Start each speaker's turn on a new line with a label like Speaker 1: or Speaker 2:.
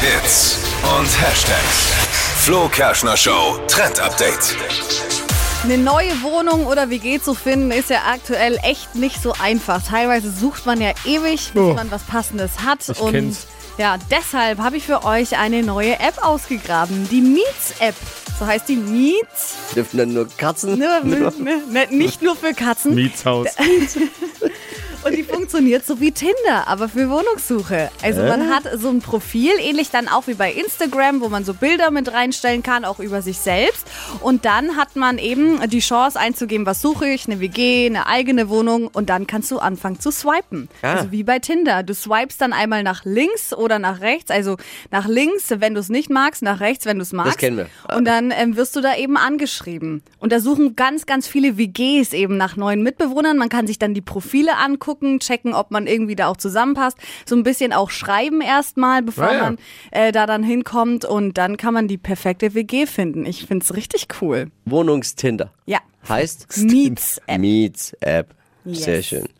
Speaker 1: Hits und Hashtags. Flo Kerschner Show Trend Update.
Speaker 2: Eine neue Wohnung oder WG zu finden, ist ja aktuell echt nicht so einfach. Teilweise sucht man ja ewig, bis
Speaker 3: Oh.
Speaker 2: man was Passendes hat.
Speaker 3: Ich
Speaker 2: und
Speaker 3: kenn's.
Speaker 2: ja, deshalb habe ich für euch eine neue App ausgegraben. Die Meets-App. So heißt die Meets.
Speaker 4: dürfen dann nur Katzen.
Speaker 2: Ne, ne, ne, nicht nur für Katzen.
Speaker 3: Mietshaus.
Speaker 2: Und die funktioniert so wie Tinder, aber für Wohnungssuche. Also man hat so ein Profil, ähnlich dann auch wie bei Instagram, wo man so Bilder mit reinstellen kann, auch über sich selbst. Und dann hat man eben die Chance einzugeben, was suche ich, eine WG, eine eigene Wohnung. Und dann kannst du anfangen zu swipen.
Speaker 4: Ah.
Speaker 2: Also wie bei Tinder. Du swipest dann einmal nach links oder nach rechts. Also nach links, wenn du es nicht magst, nach rechts, wenn du es magst.
Speaker 4: kennen wir.
Speaker 2: Und dann ähm, wirst du da eben angeschrieben. Und da suchen ganz, ganz viele WGs eben nach neuen Mitbewohnern. Man kann sich dann die Profile angucken, checken, ob man irgendwie da auch zusammenpasst. So ein bisschen auch schreiben erstmal, bevor
Speaker 3: Ah ja.
Speaker 2: man äh, da dann hinkommt. Und dann kann man die perfekte WG finden. Ich find's richtig cool.
Speaker 4: Wohnungstinder.
Speaker 2: Ja.
Speaker 4: Heißt
Speaker 2: Meets App.
Speaker 4: Meets App.
Speaker 2: Yes.
Speaker 4: Sehr schön.